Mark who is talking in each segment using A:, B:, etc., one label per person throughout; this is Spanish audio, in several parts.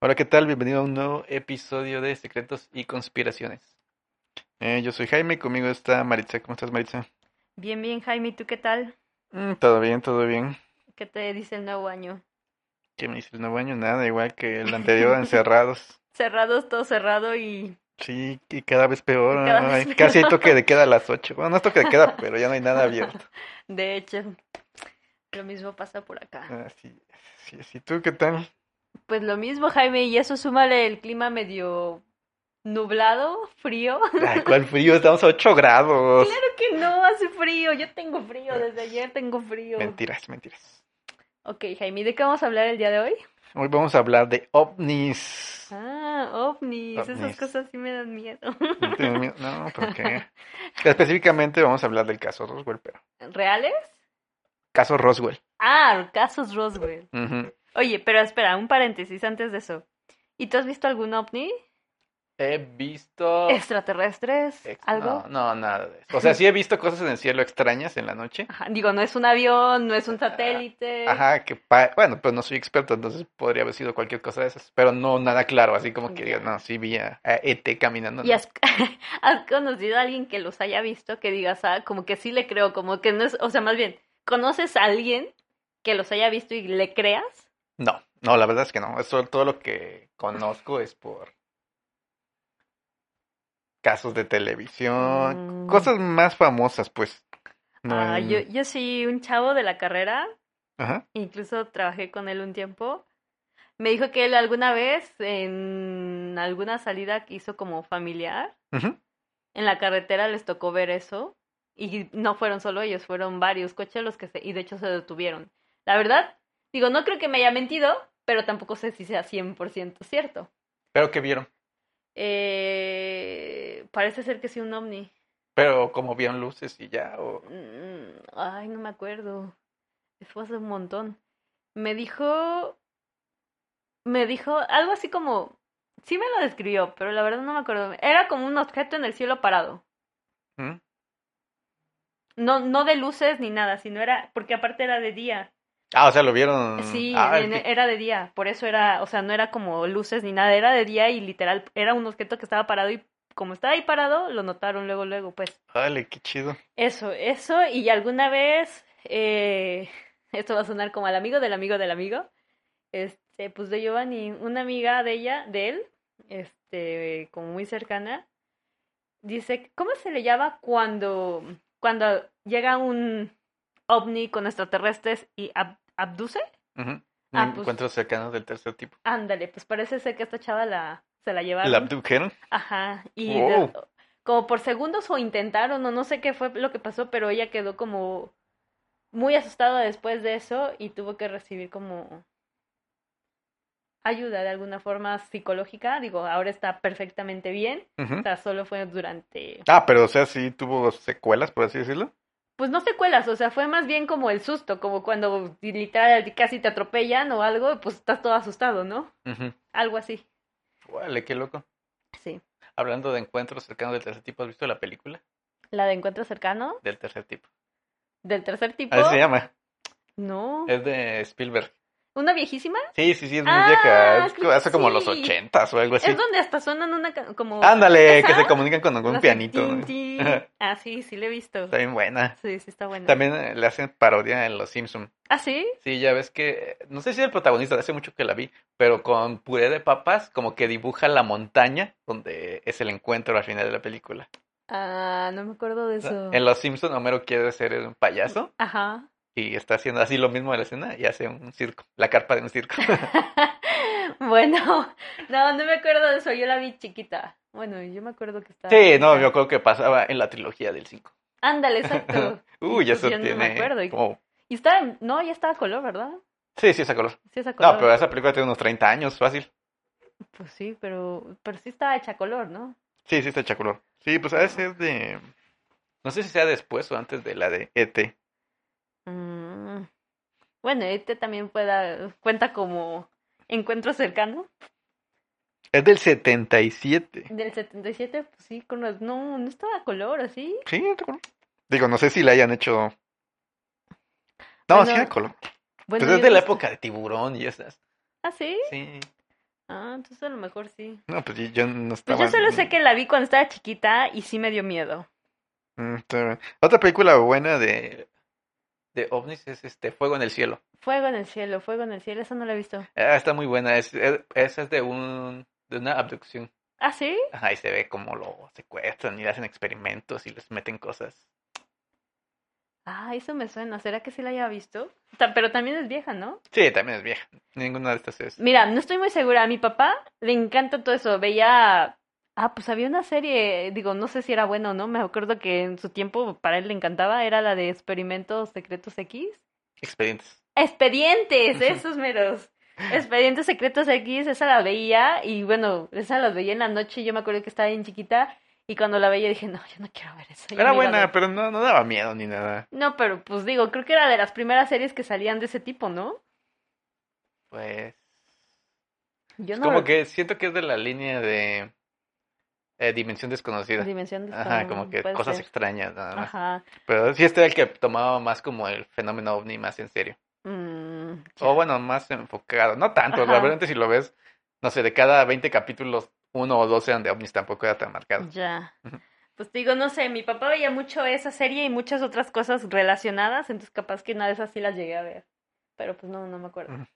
A: Hola, ¿qué tal? Bienvenido a un nuevo episodio de Secretos y Conspiraciones. Eh, yo soy Jaime, conmigo está Maritza. ¿Cómo estás, Maritza?
B: Bien, bien, Jaime, ¿tú qué tal?
A: Mm, todo bien, todo bien.
B: ¿Qué te dice el nuevo año?
A: ¿Qué me dice el nuevo año? Nada, igual que el anterior, encerrados.
B: Cerrados, todo cerrado y
A: Sí, y cada vez peor.
B: Cada
A: ¿no?
B: vez
A: Ay, Casi hay
B: peor.
A: toque de queda a las 8. Bueno, no es toque de queda, pero ya no hay nada abierto.
B: de hecho, lo mismo pasa por acá.
A: Así Ah, sí, sí. ¿Tú qué tal?
B: Pues lo mismo, Jaime, y eso súmale el clima medio nublado, frío.
A: Ay, ¿cuál frío? Estamos a 8 grados.
B: Claro que no, hace frío, yo tengo frío, desde ayer tengo frío.
A: Mentiras, mentiras.
B: Ok, Jaime, ¿de qué vamos a hablar el día de hoy?
A: Hoy vamos a hablar de ovnis.
B: Ah, ovnis,
A: Ovnis.
B: esas cosas sí me dan miedo.
A: No, tienes miedo? No, ¿por qué? Específicamente vamos a hablar del caso Roswell, pero.
B: ¿Reales?
A: Caso Roswell.
B: Ah, casos Roswell.
A: Ujú.
B: Oye, pero espera, un paréntesis antes de eso. ¿Y tú has visto algún ovni?
A: He visto...
B: ¿Extraterrestres?
A: ex-
B: ¿Algo?
A: No, no, nada de eso. O sea, sí he visto cosas en el cielo extrañas en la noche.
B: Ajá, Digo, no es un avión, no es un satélite.
A: Ajá, que pa- bueno, pues no soy experto, entonces podría haber sido cualquier cosa de esas, pero no nada claro, así como que diga,
B: Ya.
A: no, sí vi a, a ET caminando.
B: ¿Y
A: no.
B: has, has conocido a alguien que los haya visto que digas, ah, como que sí le creo, como que no es, o sea, más bien, ¿conoces a alguien que los haya visto y le creas?
A: No, no, la verdad es que no. Eso, todo lo que conozco es por casos de televisión,
B: Mm.
A: cosas más famosas, pues. No,
B: Ah,
A: en-
B: yo, yo sí, un chavo de la carrera,
A: Ajá.
B: incluso trabajé con él un tiempo. Me dijo que él alguna vez, en alguna salida que hizo como familiar,
A: ujú.
B: En la carretera les tocó ver eso y no fueron solo ellos, fueron varios coches los que se y de hecho se detuvieron. La verdad, digo, no creo que me haya mentido, pero tampoco sé si sea 100% cierto.
A: Pero que vieron,
B: Eh, parece ser que sí un ovni.
A: pero como vieron luces y ya, o...
B: Mm, Ay, no me acuerdo. Fue hace un montón. Me dijo, me dijo algo así como, sí me lo describió, pero la verdad no me acuerdo. Era como un objeto en el cielo parado.
A: ¿Mm?
B: No, no de luces ni nada, sino era, porque aparte era de día.
A: Ah, o sea, lo vieron.
B: Sí,
A: Ah,
B: en-
A: qué-
B: era de día, por eso era, o sea, no era como luces ni nada, era de día y literal, era un objeto que estaba parado y como estaba ahí parado, lo notaron luego, luego, pues
A: Órale, qué chido.
B: eso, eso, y alguna vez, eh, esto va a sonar como al amigo del amigo del amigo, este, pues de Giovanni, una amiga de ella, de él, este, como muy cercana, dice, ¿cómo se le llama cuando, cuando llega un ovni con extraterrestres y ab- abduce?
A: Ujú.
B: Ah,
A: Un
B: pues.
A: Encuentros cercanos del tercer tipo.
B: Ándale, pues parece ser que esta chava la, se la llevaron.
A: ¿La abdujeron?
B: Ajá. Y
A: Wow.
B: de- como por segundos o intentaron, o no sé qué fue lo que pasó, pero ella quedó como muy asustada después de eso y tuvo que recibir como ayuda de alguna forma psicológica. Digo, ahora está perfectamente bien. O
A: Ujú.
B: sea, solo fue durante,
A: Ah, pero o sea, sí tuvo secuelas, por así decirlo.
B: pues no secuelas, o sea, fue más bien como el susto, como cuando literal casi te atropellan o algo, pues estás todo asustado, ¿no?
A: Ujú.
B: Algo así.
A: Órale, qué loco.
B: Sí.
A: Hablando de encuentros cercanos del tercer tipo, ¿has visto la película
B: La de encuentro cercano,
A: del tercer tipo?
B: del tercer tipo.
A: Así se llama. Eh,
B: No.
A: Es de Spielberg.
B: ¿Una viejísima?
A: Sí, sí, sí, es muy
B: Ah,
A: vieja. Es
B: creo
A: co-
B: que
A: hace como los
B: sí.
A: ochentas o algo así. Ah,
B: Es donde hasta suenan una ca- como
A: Ándale,
B: ¿Esa?
A: que se comunican con algún
B: no sé,
A: pianito.
B: tin,
A: ¿no?
B: tin.
A: Está
B: Ah, sí, sí le he visto.
A: bien buena.
B: Sí, sí está buena.
A: También eh, le hacen parodia en Los Simpsons.
B: Ah, sí.
A: Sí, ya ves que, no sé si el protagonista, hace mucho que la vi, pero con puré de papas como que dibuja la montaña donde es el encuentro al final de la película.
B: Ah, no me acuerdo de
A: ¿no?
B: eso.
A: En Los Simpson Homero quiere ser un payaso
B: Ajá.
A: y está haciendo así lo mismo de la escena y hace un circo, la carpa de un circo.
B: Bueno, no, no me acuerdo de eso. Yo la vi chiquita. Bueno, yo me acuerdo que estaba.
A: Sí, no,
B: chiquita.
A: yo creo que pasaba en la trilogía del 5.
B: Ándale, exacto. Y
A: Uy,
B: pues
A: eso
B: yo no me
A: tiene
B: acuerdo. Y,
A: como...
B: y estaba, en- no, ya estaba a color, ¿verdad?
A: Sí, sí, esa color.
B: Sí, es a color.
A: No, pero esa película tiene unos 30 años, fácil.
B: Pues sí, pero, pero sí estaba hecha a color, ¿no?
A: Sí, sí, está hecha a color. Sí, pues a veces es de... No sé si sea después o antes de la de E ET.
B: Mm. Bueno, este también pueda, cuenta como encuentro cercano
A: Es del 77.
B: del 77, pues sí, con los- no, no estaba a color, así.
A: Sí, de color. Digo, no sé si la hayan hecho. No, sí,
B: Bueno,
A: de color.
B: Bueno,
A: Pues es
B: yo
A: de la
B: he visto-
A: época de tiburón y esas.
B: ¿Ah, sí?
A: Sí.
B: Ah, entonces a lo mejor sí.
A: No, pues yo- yo no
B: Pues
A: estaba.
B: yo solo sé que la vi cuando estaba chiquita y sí me dio miedo.
A: Mm, está bien. Otra película buena de, de ovnis es este Fuego en el Cielo.
B: Fuego en el cielo, fuego en el cielo, eso no lo he visto.
A: Ah, está muy buena. Es, es- esa es de un de una abducción.
B: ¿Ah, sí?
A: Ajá, y se ve cómo lo secuestran y le hacen experimentos y les meten cosas.
B: Ah, eso me suena. ¿Será que sí la haya visto? Ta- pero también es vieja, ¿no?
A: Sí, también es vieja. Ninguna de estas es.
B: Mira, no estoy muy segura. A mi papá le encanta todo eso. Veía. Ah, pues había una serie, digo, no sé si era buena o no. Me acuerdo que en su tiempo para él le encantaba. Era la de Experimentos Secretos X.
A: Expedientes.
B: Expedientes, esos meros. Expedientes Secretos X, esa la veía y bueno, esa la veía en la noche. y Yo me acuerdo que estaba bien chiquita y cuando la veía dije, no, yo no quiero ver eso. yo
A: Era
B: me iba a
A: buena,
B: dormir".
A: pero no, no daba miedo ni nada.
B: No, pero pues digo, creo que era de las primeras series que salían de ese tipo, ¿no?
A: Pues.
B: Yo
A: Es
B: no.
A: como
B: recuerdo.
A: que siento que es de la línea de eh, Dimensión Desconocida.
B: Dimensión
A: Ajá, como
B: desconocida,
A: que
B: puede
A: cosas
B: ser.
A: extrañas nada más.
B: Ajá.
A: Pero sí este era el que tomaba más como el fenómeno ovni más en serio.
B: Mm,
A: O bueno, más enfocado. No tanto,
B: Ajá.
A: la verdad, si lo ves, no sé, de cada 20 capítulos, uno o dos eran de ovnis, tampoco era tan marcado.
B: ya.
A: Ujú.
B: Pues te digo, no sé, mi papá veía mucho esa serie y muchas otras cosas relacionadas, entonces capaz que una de esas sí las llegué a ver. Pero pues no, no me
A: Mm,
B: acuerdo.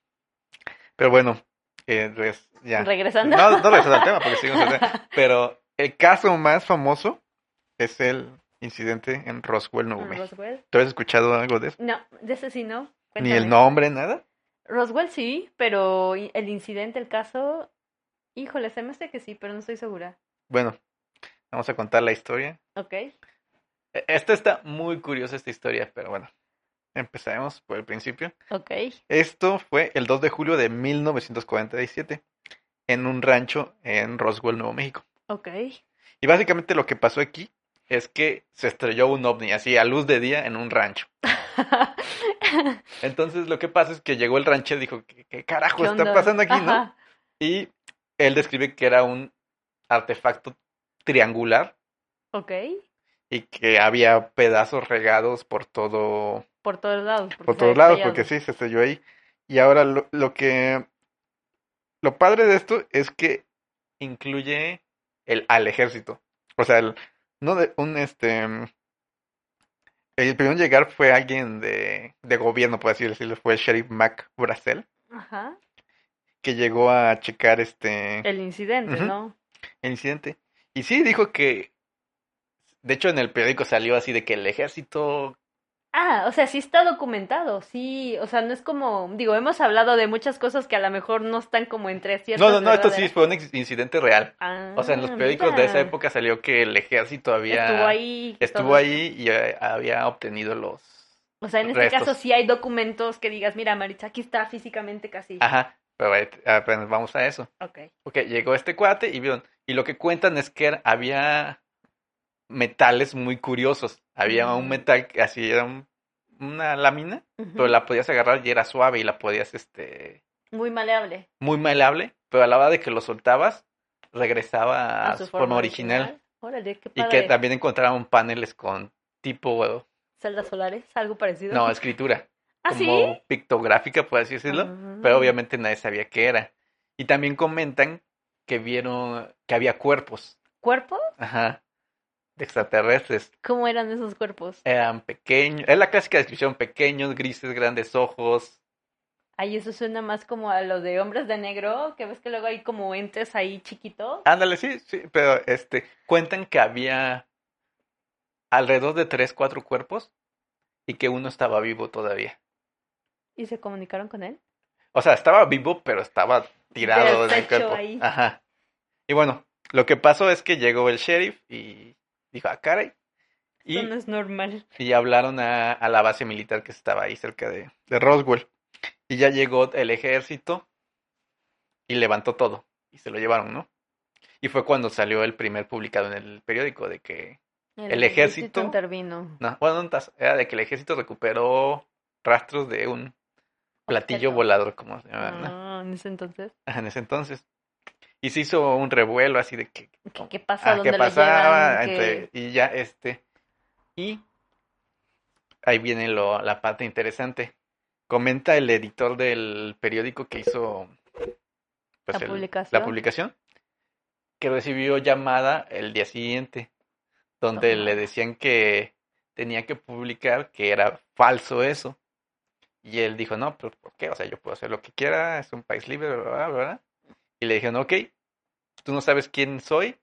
A: Pero bueno, eh, res- ya.
B: Regresando.
A: No, no regresas al tema porque seguimos al tema. Pero el caso más famoso es el incidente en Roswell, Nuevo México.
B: Ah, Roswell.
A: ¿Tú has escuchado algo de eso?
B: No, de ese sí no.
A: Ni el
B: Cuéntame.
A: nombre, nada.
B: Roswell sí, pero i- el incidente, el caso. Híjole, se me hace que sí, pero no estoy segura.
A: Bueno, vamos a contar la historia.
B: Ok.
A: E- Esta está muy curiosa, esta historia, pero bueno, empezaremos por el principio.
B: Ok.
A: Esto fue el 2 de julio de 1947 en un rancho en Roswell, Nuevo México.
B: Ok.
A: Y básicamente lo que pasó aquí es que se estrelló un ovni así a luz de día en un rancho. Entonces lo que pasa es que llegó el ranchero y dijo, ¿qué, qué carajo
B: ¿Qué
A: Pues está
B: onda?
A: pasando aquí, no?
B: Ajá.
A: Y él describe que era un artefacto triangular
B: Ok.
A: y que había pedazos regados por todo
B: Por todos lados. porque
A: por
B: se
A: todos
B: había
A: lados, porque
B: estrellado.
A: sí, se estrelló ahí. Y ahora lo, lo que... Lo padre de esto es que incluye el, al ejército. O sea, el- no de un este... El primero en llegar fue alguien de, de gobierno, por así decirlo, fue el sheriff Mac Bracel,
B: Ajá.
A: que llegó a checar este
B: El incidente,
A: Ujú.
B: ¿no?
A: el incidente. Y sí, dijo que... De hecho, en el periódico salió así de que el ejército
B: Ah, o sea, sí está documentado, sí, o sea, no es como, digo, hemos hablado de muchas cosas que a lo mejor no están como entre ciertas.
A: No, no, no, esto sí
B: verdaderas.
A: fue un ex- incidente real.
B: Ah,
A: O sea, en los periódicos de
B: mira.
A: esa época salió que el ejército había
B: Estuvo ahí.
A: estuvo
B: todo.
A: ahí y eh, había obtenido los
B: O sea, en este
A: restos.
B: caso sí hay documentos que digas, mira, Maritza, aquí está físicamente casi.
A: Ajá, pero ahí- apenas vamos a eso.
B: Ok.
A: Ok, llegó este cuate y vieron. Y lo que cuentan es que era- había metales muy curiosos. Había un
B: Mm.
A: metal que así era un- una lámina, pero la podías agarrar y era suave y la podías, este,
B: Muy maleable.
A: muy maleable, pero a la hora de que lo soltabas, regresaba
B: A,
A: a, Ah, su forma, original.
B: Órale, qué
A: Y
B: padre.
A: que también encontraron paneles con tipo,
B: ¿Celdas solares? ¿Algo parecido?
A: no, escritura,
B: ¿Ah, sí?
A: como pictográfica, por así decirlo,
B: Ah.
A: pero obviamente nadie sabía qué era. Y también comentan que vieron que había cuerpos,
B: ¿Cuerpos?
A: ajá, de extraterrestres.
B: ¿Cómo eran esos cuerpos?
A: Eran pequeños, es la clásica descripción, pequeños, grises, grandes ojos.
B: Ay, eso suena más como a lo de hombres de negro, que ves que luego hay como entes ahí chiquitos.
A: Ándale, sí, sí, pero este, cuentan que había alrededor de tres, cuatro cuerpos y que uno estaba vivo todavía.
B: ¿Y se comunicaron con él?
A: O sea, estaba vivo, pero estaba tirado en el
B: Deshecho
A: cuerpo.
B: ahí.
A: Ajá. Y bueno, lo que pasó es que llegó el sheriff y dijo, ah, caray. Y,
B: Eso no es normal.
A: y hablaron a, a la base militar que estaba ahí cerca de, de Roswell. Y ya llegó el ejército y levantó todo. Y se lo llevaron, ¿no? Y fue cuando salió el primer publicado en el periódico de que... El ejército-
B: intervino.
A: No, bueno, no tas- era de que el ejército recuperó rastros de un platillo
B: Objeto.
A: volador, como se llama, ¿no?
B: Ah, en ese entonces.
A: Ajá, en ese entonces. Y se hizo un revuelo así de que...
B: ¿Qué, qué pasa?
A: ah,
B: ¿Dónde
A: ¿qué
B: lo
A: pasaba?
B: llevan?
A: Entre-
B: ¿Qué-
A: y ya, este... Y ahí viene lo- la parte interesante. Comenta el editor del periódico que hizo pues,
B: La
A: el-
B: publicación.
A: publicación, que recibió llamada el día siguiente, donde
B: Toma.
A: le decían que tenía que publicar que era falso eso. Y él dijo, no, pero ¿por qué? O sea, yo puedo hacer lo que quiera, es un país libre, bla, bla, bla, bla. Y le dijeron, ok, tú no sabes quién soy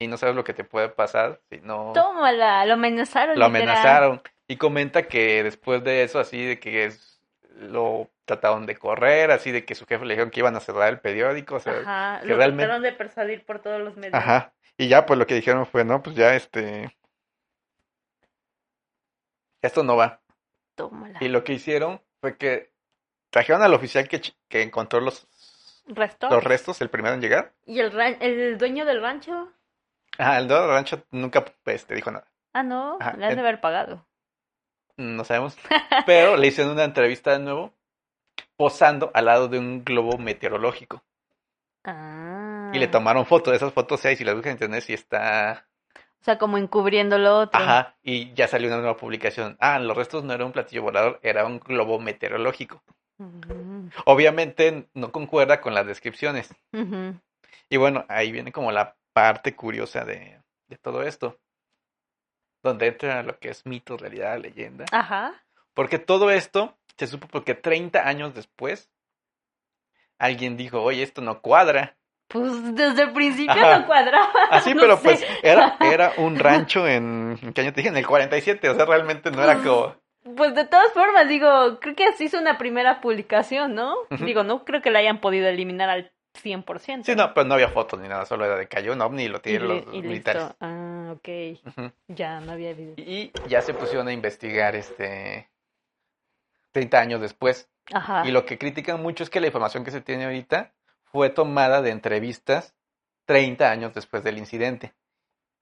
A: y no sabes lo que te puede pasar si no
B: Tómala, lo amenazaron.
A: lo
B: literal.
A: amenazaron. Y comenta que después de eso, así de que es- lo trataron de correr, así de que su jefe le dijeron que iban a cerrar el periódico, o sea,
B: Ajá,
A: que
B: lo
A: realmente-
B: trataron de persuadir por todos los medios.
A: Ajá. Y ya, pues lo que dijeron fue, no, pues ya este. Esto no va.
B: Tómala.
A: Y lo que hicieron fue que trajeron al oficial que, ch- que encontró los,
B: ¿Restó?
A: los restos, el primero en llegar.
B: ¿Y el, ran- el dueño del rancho?
A: Ajá, el dueño del rancho nunca este, dijo nada.
B: Ah, no,
A: Ajá,
B: le han
A: el-
B: de haber pagado.
A: No sabemos. Pero le hicieron una entrevista de nuevo, posando al lado de un globo meteorológico.
B: Ah.
A: Y le tomaron fotos. Esas fotos hay, si las buscan en internet, si está.
B: O sea, como encubriendo lo otro.
A: Ajá, y ya salió una nueva publicación. Ah, los restos no era un platillo volador, era un globo meteorológico.
B: Mm,
A: Obviamente no concuerda con las descripciones.
B: ujú.
A: Y bueno, ahí viene como la parte curiosa de, de todo esto. Donde entra lo que es mito, realidad, leyenda.
B: Ajá.
A: Porque todo esto se supo porque 30 años después alguien dijo, oye, esto no cuadra.
B: Pues desde el principio
A: Ajá.
B: no cuadraba.
A: Así,
B: no
A: pero
B: sé.
A: pues era, era un rancho en, ¿en ¿qué año te dije? En el 47, o sea, realmente no era como...
B: Pues de todas formas, digo, creo que se hizo una primera publicación, ¿no?
A: Ujú.
B: Digo, no creo que la hayan podido eliminar al 100%.
A: Sí, no, pero no había fotos ni nada, solo era de cayó un ovni y lo
B: Y,
A: tienen
B: li-
A: los
B: y
A: militares.
B: listo. Ah, ok.
A: Ujú.
B: Ya, no había video.
A: Y ya se pusieron a investigar este 30 años después.
B: Ajá.
A: Y lo que critican mucho es que la información que se tiene ahorita fue tomada de entrevistas 30 años después del incidente.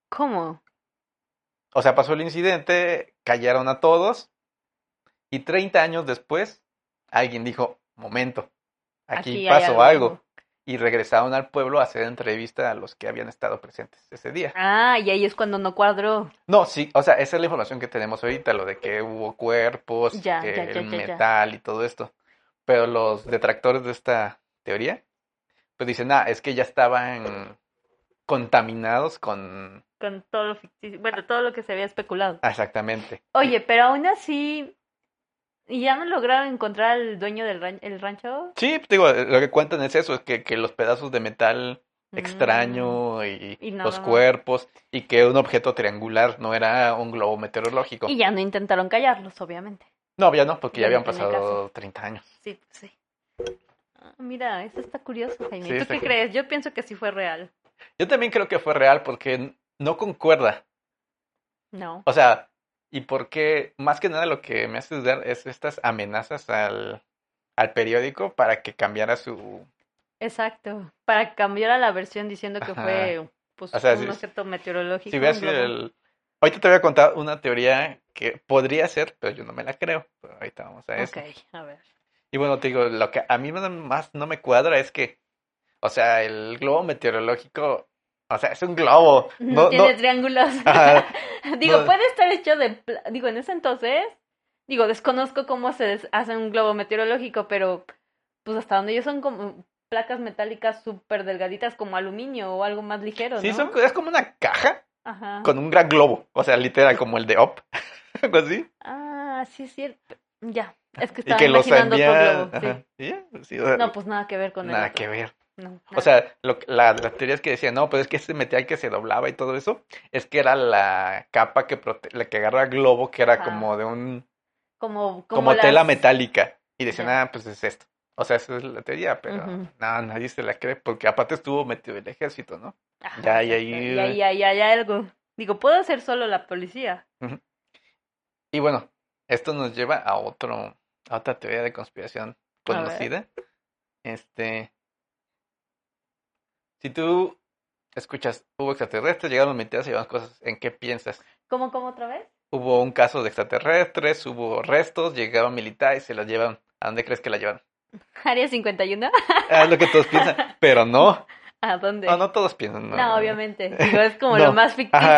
B: ¿Cómo?
A: O sea, pasó el incidente, callaron a todos y 30 años después alguien dijo, momento, aquí,
B: hay
A: pasó algo. Y regresaron al pueblo a hacer entrevista a los que habían estado presentes ese día.
B: Ah, y ahí es cuando no cuadró.
A: No, sí, o sea, esa es la información que tenemos ahorita, lo de que hubo cuerpos,
B: Ya,
A: que
B: ya, ya,
A: el
B: ya, ya.
A: metal y todo esto. Pero los detractores de esta teoría, pues dicen, ah, es que ya estaban contaminados con...
B: Con todo lo ficticio. Bueno, todo lo que se había especulado.
A: Ah, exactamente.
B: Oye, pero aún así. ¿Y ya no lograron encontrar al dueño del ran- el rancho?
A: Sí, pues, digo, lo que cuentan es eso, es que, que los pedazos de metal
B: Mm.
A: extraño y,
B: Y nada
A: los
B: más.
A: cuerpos y que un objeto triangular no era un globo meteorológico.
B: Y ya no intentaron callarlos, obviamente.
A: No, ya no, porque ya
B: Ya no
A: habían
B: tenía
A: pasado 30 años.
B: Sí, pues sí. Ah, Mira, eso está curioso, Jaime.
A: Sí,
B: ¿Tú
A: está
B: qué
A: curioso.
B: crees? Yo pienso que sí fue real.
A: Yo también creo que fue real porque n- no concuerda.
B: No.
A: O sea, y porque más que nada lo que me hace dudar es estas amenazas al, al periódico para que cambiara su...
B: Exacto. Para cambiar a la versión diciendo que
A: Ajá.
B: fue pues,
A: O sea,
B: un
A: si-
B: objeto meteorológico.
A: Si hubiera
B: un
A: sido
B: globo.
A: el... Ahorita te voy a contar una teoría que podría ser, pero yo no me la creo. Pero ahorita vamos a eso.
B: Ok, a ver.
A: Y bueno, te digo, lo que a mí nada más no me cuadra es que, o sea, el globo meteorológico, o sea, es un globo.
B: No,
A: No,
B: tiene
A: no-
B: triángulos.
A: Ajá.
B: digo,
A: no.
B: puede estar hecho de... pla- Digo, en ese entonces, digo, desconozco cómo se des- hace un globo meteorológico, pero pues hasta donde yo son como placas metálicas súper delgaditas como aluminio o algo más ligero,
A: Sí,
B: ¿no?
A: son- es como una caja
B: Ajá.
A: con un gran globo. O sea, literal, como el de Op. Algo así.
B: Ah, sí es cierto. Ya, es que
A: Y
B: estaba
A: que los
B: imaginando otro
A: envían.
B: globo, sí.
A: ajá. Y ya, sí, o sea,
B: No, pues nada que ver con el
A: nada
B: otro.
A: que ver.
B: No, nada.
A: O sea, lo, que- la, las teorías que decían, no, pues es que ese metal que se doblaba y todo eso, es que era la capa que prote- la que agarra el globo, que era
B: Ajá.
A: como de un,
B: como, como,
A: como, tela
B: las-
A: metálica. Y decían,
B: Ya.
A: ah, pues es esto. O sea, esa es la teoría, pero
B: Ujú.
A: no, nadie se la cree, porque aparte estuvo metido el ejército, ¿no?
B: Ajá,
A: Ya, y
B: exacto.
A: ahí-
B: Y ahí hay- hay algo. Digo, puedo hacer solo la policía.
A: Y bueno, esto nos lleva a otro, a otra teoría de conspiración
B: A ver.
A: conocida. Este, si tú escuchas, hubo extraterrestres, llegaron meteoros y llevaron cosas, ¿en qué piensas?
B: ¿Cómo, cómo otra vez?
A: Hubo un caso de extraterrestres, hubo restos, llegaron militares, se las llevan. ¿A dónde crees que la llevan?
B: Área 51.
A: Ah, es lo que todos piensan, pero no.
B: ¿A dónde?
A: No, no todos piensan.
B: No, obviamente. Digo, es como
A: No.
B: lo más ficticio,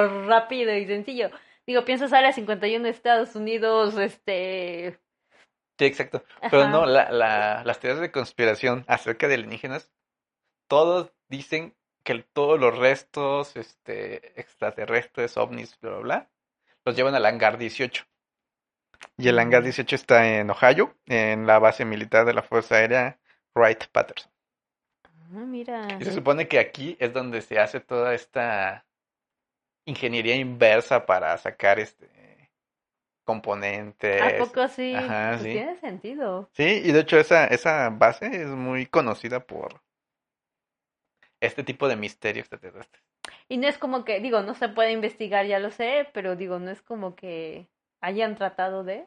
A: Ajá.
B: rápido y sencillo. Digo, piensas Área 51 de Estados Unidos, este
A: Sí, exacto. Pero
B: Ajá.
A: no, la, la- las teorías de conspiración acerca de alienígenas, todos dicen que todos los restos este, extraterrestres, ovnis, bla, bla, bla, los llevan al hangar 18. Y el hangar
B: Mm.
A: 18 está en Ohio, en la base militar de la Fuerza Aérea Wright-Patterson.
B: Ah, mira.
A: Y se supone que aquí es donde se hace toda esta ingeniería inversa para sacar este componentes.
B: ¿A poco sí?
A: Ajá,
B: Pues
A: sí.
B: tiene sentido.
A: Sí, y de hecho esa, esa base es muy conocida por este tipo de misterio extraterrestre.
B: Y no es como que, digo, no se puede investigar, ya lo sé, pero digo, no es como que hayan tratado de,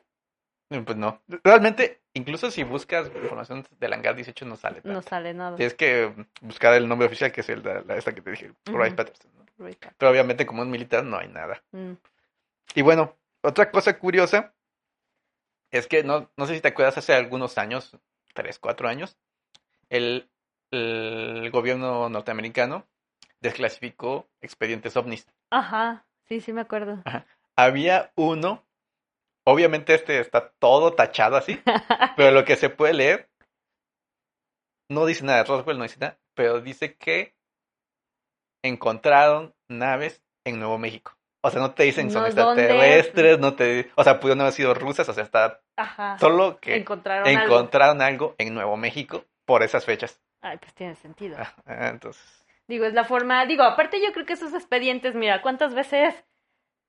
A: Mm, Pues no. Realmente, incluso si buscas información del hangar 18 no sale.
B: no
A: tanto.
B: sale nada.
A: Tienes que buscar el nombre oficial, que es el de la, esta que te dije, Wright
B: Ujú.
A: Patterson. ¿no?
B: Ahorita.
A: Pero obviamente como es militar no hay nada.
B: Mm.
A: Y bueno, otra cosa curiosa es que no, no sé si te acuerdas hace algunos años, tres, cuatro años, el, el gobierno norteamericano desclasificó expedientes ovnis.
B: Ajá, sí, sí me acuerdo.
A: Había uno, obviamente este está todo tachado así, pero lo que se puede leer no dice nada, Roswell no dice nada, pero dice que encontraron naves en Nuevo México. O sea, no te dicen son
B: No, ¿dónde?
A: extraterrestres, no te, o sea, pudieron haber sido rusas, o sea, está
B: Ajá.
A: solo que
B: Encontraron algo.
A: encontraron algo en Nuevo México por esas fechas.
B: Ay, pues tiene sentido.
A: Ah, ah, Entonces,
B: Digo, es la forma, digo, aparte yo creo que esos expedientes, mira, cuántas veces,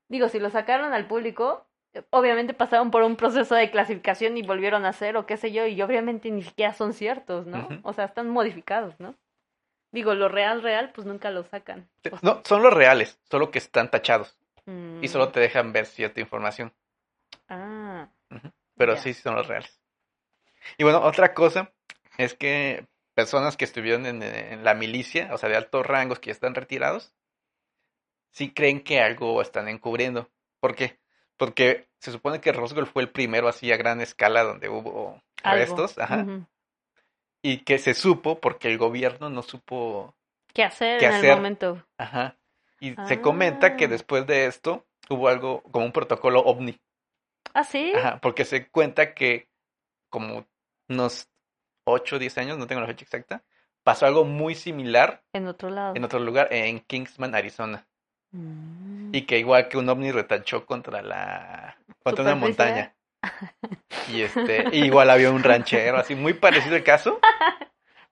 B: digo, si lo sacaron al público, eh, obviamente pasaron por un proceso de clasificación y volvieron a hacer o qué sé yo, y obviamente ni siquiera son ciertos, ¿no?
A: Ujú.
B: O sea, están modificados, ¿no? Digo, lo real, real, pues nunca lo sacan.
A: no, son los reales, solo que están tachados
B: Mm,
A: y solo te dejan ver cierta información.
B: Ah,
A: pero
B: Ya.
A: sí son los reales. Y bueno, otra cosa es que personas que estuvieron en, en la milicia, o sea, de altos rangos que ya están retirados, sí creen que algo están encubriendo. ¿Por qué? Porque se supone que Roswell fue el primero así a gran escala donde hubo
B: algo.
A: arrestos, ajá,
B: Ujú.
A: y que se supo porque el gobierno no supo,
B: ¿Qué hacer
A: ¿Qué
B: en
A: hacer?
B: el momento?
A: ajá. Y se comenta que
B: Ah.
A: después de esto hubo algo como un protocolo ovni.
B: Ah, sí.
A: Ajá, porque se cuenta que como unos 8 o 10 años, no tengo la fecha exacta, pasó algo muy similar
B: En otro lado.
A: en otro lugar, en Kingsman, Arizona.
B: Mm.
A: Y que igual que un ovni retachó contra la... contra una montaña.
B: Superficie.
A: Y este, y igual había un ranchero, así muy parecido el caso,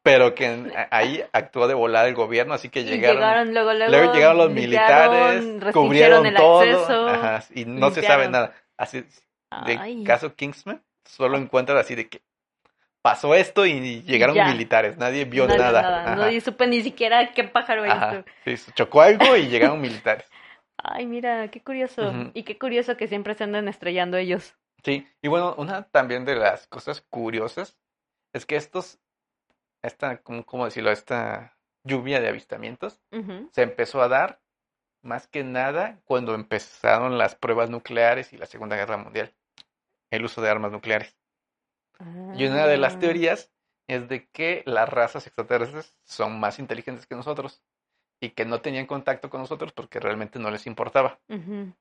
A: pero que en- a- ahí actuó de volada el gobierno, así que
B: Y
A: llegaron...
B: llegaron luego, luego.
A: Luego llegaron los
B: limpiaron,
A: militares,
B: restringieron
A: cubrieron
B: el
A: todo,
B: acceso.
A: ajá, y no se sabe
B: limpiaron.
A: nada. Así, de
B: Ay, Ah.
A: caso Kingsman, solo encuentras así de que pasó esto y llegaron
B: Ya.
A: militares, nadie
B: no
A: vio
B: había
A: nada.
B: nada.
A: Ajá,
B: No supe ni siquiera qué pájaro es.
A: ajá. Sí, se chocó algo y llegaron militares.
B: Ay, mira, qué curioso.
A: Ujú.
B: Y qué curioso que siempre se andan estrellando ellos.
A: Sí, y bueno, una también de las cosas curiosas es que estos, esta, ¿cómo, cómo decirlo? Esta lluvia de avistamientos
B: Ujú.
A: se empezó a dar más que nada cuando empezaron las pruebas nucleares y la Segunda Guerra Mundial, el uso de armas nucleares. Y una de las
B: Ah.
A: teorías es de que las razas extraterrestres son más inteligentes que nosotros y que no tenían contacto con nosotros porque realmente no les importaba.
B: Ujú.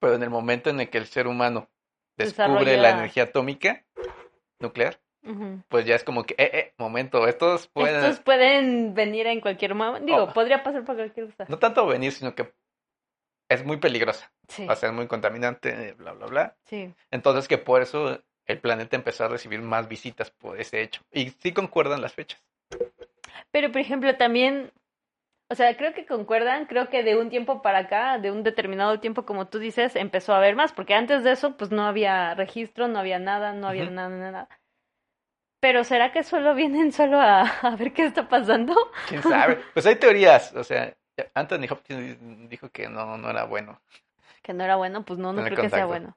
A: Pero en el momento en el que el ser humano descubre
B: Desarrolla-
A: la energía atómica nuclear,
B: Ujú.
A: pues ya es como que, eh, eh, momento, estos pueden
B: Estos pueden venir en cualquier momento. Digo,
A: Oh.
B: podría pasar por cualquier cosa.
A: no tanto venir, sino que es muy peligrosa,
B: Sí,
A: va a ser muy contaminante, eh, bla, bla, bla.
B: sí.
A: Entonces que por eso el planeta empezó a recibir más visitas por ese hecho. Y sí concuerdan las fechas.
B: Pero, por ejemplo, también, o sea, creo que concuerdan, creo que de un tiempo para acá, de un determinado tiempo, como tú dices, empezó a haber más, porque antes de eso, pues no había registro, no había nada, no había
A: Ujú.
B: nada, nada. Pero ¿será que solo vienen solo a, a ver qué está pasando?
A: ¿Quién sabe? Pues hay teorías, o sea, Anthony Hopkins dijo que no, no era bueno.
B: Que no era bueno, pues no, no
A: Tener
B: creo que sea
A: contacto.
B: bueno.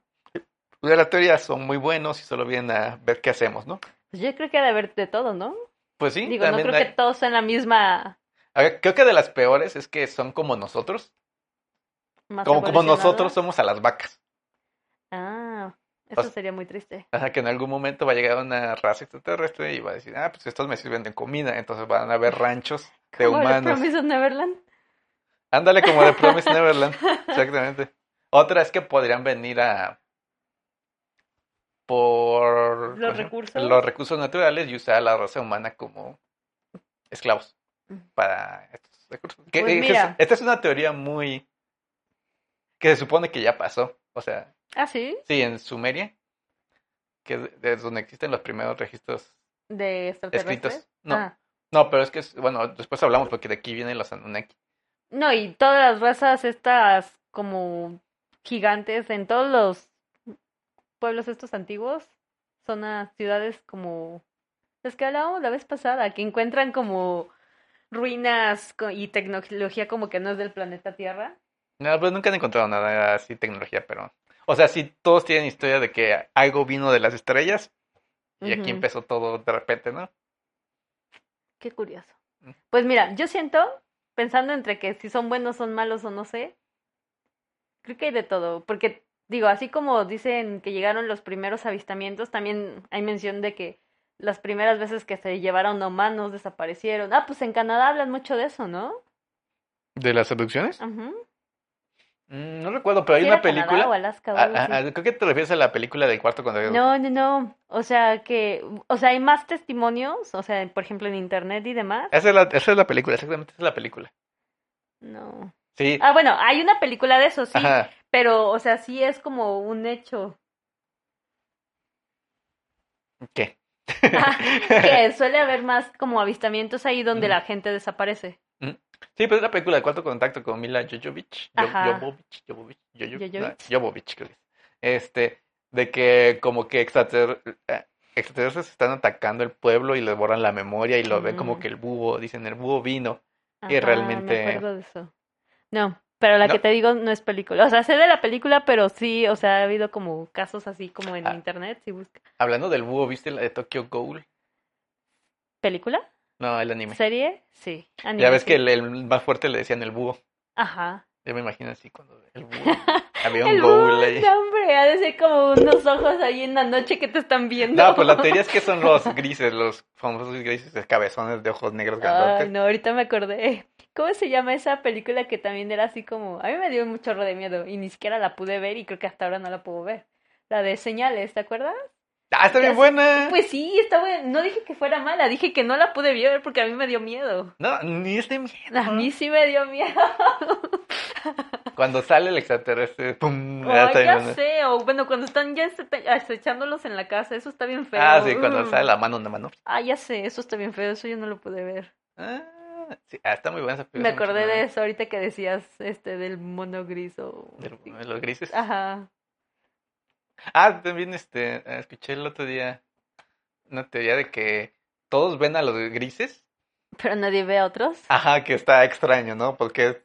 A: O sea, las teorías son muy buenos y solo vienen a ver qué hacemos, ¿no?
B: Pues yo creo que ha de haber de todo, ¿no?
A: Pues sí,
B: Digo, no
A: también
B: creo
A: hay-
B: que todos sean la misma...
A: a ver, creo que de las peores es que son como nosotros,
B: Más
A: como, como
B: evolucionada.
A: nosotros somos a las vacas.
B: Ah, eso
A: sea-
B: sería muy triste.
A: O sea, que en algún momento va a llegar una raza extraterrestre y va a decir, ah, pues estos me sirven de comida, entonces van a haber ranchos de
B: Como de
A: humanos.
B: Promise of Neverland.
A: Ándale como de Promise Neverland, exactamente. Otra es que podrían venir a por ¿cómo
B: Los
A: se llama?
B: recursos.
A: los recursos naturales y usar a la raza humana como esclavos
B: Mm.
A: para estos recursos. Que-
B: Pues
A: que es-
B: mira.
A: esta es una teoría muy que se supone que ya pasó. O sea,
B: Ah, sí,
A: sí, en Sumeria, que es de- es donde existen los primeros registros
B: de extraterrestres.
A: escritos. No,
B: Ah.
A: no, pero es que es, bueno, después hablamos porque de aquí vienen los Anunnaki.
B: No, y todas las razas estas como gigantes en todos los pueblos estos antiguos, zonas, ciudades como las que hablábamos la vez pasada, que encuentran como ruinas co- y tecnología como que no es del planeta Tierra.
A: No, pues nunca han encontrado nada así tecnología, pero o sea, sí todos tienen historia de que algo vino de las estrellas y aquí
B: Ujú.
A: empezó todo de repente, ¿no?
B: Qué curioso.
A: Mm.
B: Pues mira, yo siento, pensando entre que si son buenos, son malos o no sé, creo que hay de todo, porque digo, así como dicen que llegaron los primeros avistamientos, también hay mención de que las primeras veces que se llevaron a humanos desaparecieron. Ah, pues en Canadá hablan mucho de eso, ¿no?
A: ¿De las abducciones?
B: Ajá.
A: Mm, No recuerdo, pero hay
B: Sí
A: una
B: era Canadá
A: película.
B: o Alaska o
A: Ah,
B: algo
A: ah,
B: así.
A: ah, creo que te refieres a la película del cuarto cuando
B: No, no, no. O sea que, o sea, hay más testimonios, o sea, por ejemplo en internet y demás.
A: Esa es la, esa es la película, exactamente, esa es la película.
B: No.
A: Sí,
B: Ah, bueno, hay una película de eso, sí.
A: ajá.
B: Pero, o sea, sí es como un hecho
A: ¿Qué?
B: que suele haber más como avistamientos ahí donde
A: Ujú.
B: la gente desaparece.
A: Sí, pero es la película de cuarto contacto con Mila Jovovich. Jo-
B: Ajá.
A: Jovovich, Jovovich, Jojo- no,
B: Jojovich.
A: Jovovich, creo que es. Este, de que como que extrater- eh, extraterrestres están atacando el pueblo y le borran la memoria y lo ven como
B: Mm.
A: que el búho, dicen el búho vino.
B: Ajá,
A: Y realmente-
B: Me acuerdo de eso. No, pero la
A: No.
B: que te digo no es película. O sea, sé de la película, pero sí, o sea, ha habido como casos así como en
A: Ah.
B: internet, si buscas.
A: Hablando del búho, ¿viste la de Tokyo Ghoul?
B: ¿Película?
A: No, el anime.
B: ¿Serie? Sí. Anime,
A: Ya ves
B: sí.
A: que el, el más fuerte le decían el búho.
B: Ajá.
A: Ya me imagino así cuando el búho. Había un
B: El
A: ghoul
B: búho,
A: ahí.
B: no, hombre, ha de ser como unos ojos ahí en la noche que te están viendo.
A: No, pues la teoría es que son los grises, los famosos grises, cabezones de ojos negros
B: Ay,
A: grandotes.
B: no, ahorita me acordé. ¿Cómo se llama esa película que también era así como... A mí me dio mucho chorro de miedo y ni siquiera la pude ver y creo que hasta ahora no la puedo ver. La de Señales, ¿te acuerdas?
A: ¡Ah, está bien
B: Ya sé.
A: buena!
B: Pues sí, está buena. No dije que fuera mala, dije que no la pude ver porque a mí me dio miedo.
A: No, ni es de miedo.
B: A mí sí me dio miedo.
A: Cuando sale el extraterrestre, ¡pum!
B: Ay,
A: está bien
B: ya
A: buena.
B: sé, o bueno, cuando están ya este- acechándolos en la casa, eso está bien feo.
A: Ah, sí, cuando
B: Mm.
A: sale la mano en la mano.
B: Ah, ya sé, eso está bien feo, eso yo no lo pude ver.
A: Ah, sí, ah, está muy buena esa
B: Me
A: película. hace mucho
B: acordé
A: no la
B: de
A: veo.
B: eso ahorita que decías este del mono gris o...
A: De lo- de los grises.
B: Ajá.
A: Ah, también este, eh, escuché el otro día una teoría de que todos ven a los grises.
B: Pero nadie ve a otros.
A: Ajá, que está extraño, ¿no? Porque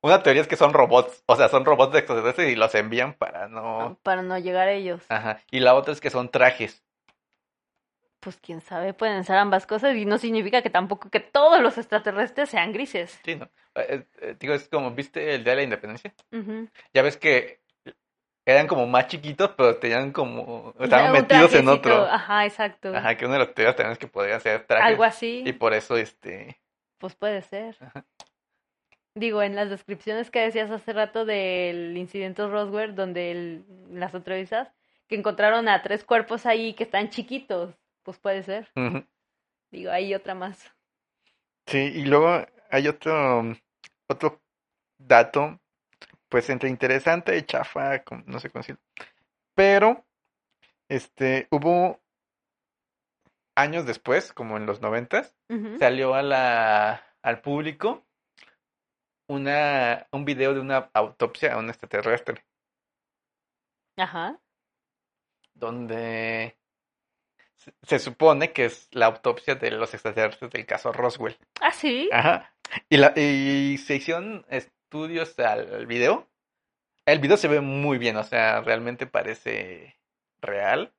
A: una teoría es que son robots, o sea, son robots de extraterrestres y los envían para Ah, no... Ah.
B: Para no llegar a ellos.
A: Ajá, y la otra es que son trajes.
B: Pues quién sabe, pueden ser ambas cosas y no significa que tampoco que todos los extraterrestres sean grises.
A: Sí, ¿no? Eh, eh, digo, es como, ¿viste el Día de la Independencia?
B: Ujú.
A: Ya ves que eran como más chiquitos, pero tenían como... Estaban
B: Un
A: metidos en
B: trajecito,
A: otro.
B: Ajá, exacto.
A: Ajá, que una de las teorías también es que podrían ser trajes.
B: Algo así,
A: Y por eso, este...
B: pues puede ser.
A: Ajá.
B: Digo, en las descripciones que decías hace rato del incidente Roswell, donde el- las autoridades que encontraron a tres cuerpos ahí que están chiquitos, pues puede ser.
A: ujú.
B: Digo, hay otra más.
A: Sí, y luego hay otro, mm, otro dato, pues entre interesante y chafa, con- no sé cómo decirlo. Pero, este, hubo años después, como en los noventas,
B: Ujú.
A: salió a la, al público una, un video de una autopsia a un extraterrestre,
B: Ajá.
A: donde se, se supone que es la autopsia de los extraterrestres del caso Roswell.
B: Ah, sí.
A: Ajá. Y, la, y se hicieron estudios al video. El video se ve muy bien, o sea, realmente parece real.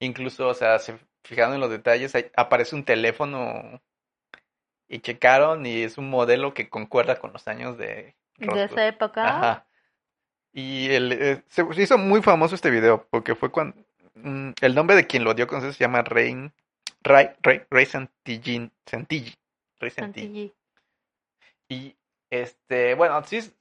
A: Incluso, o sea, se fijaron en los detalles. ahí aparece un teléfono y checaron y es un modelo que concuerda con los años de
B: De
A: Roswell.
B: esa época.
A: Ajá. Y el, eh, se se hizo muy famoso este video porque fue cuando... mm, el nombre de quien lo dio a conocer se llama Rain, Ray, Ray, Ray Santillin, Santilli. Ray Santilli.
B: Santilli.
A: Y este, bueno, sí, es-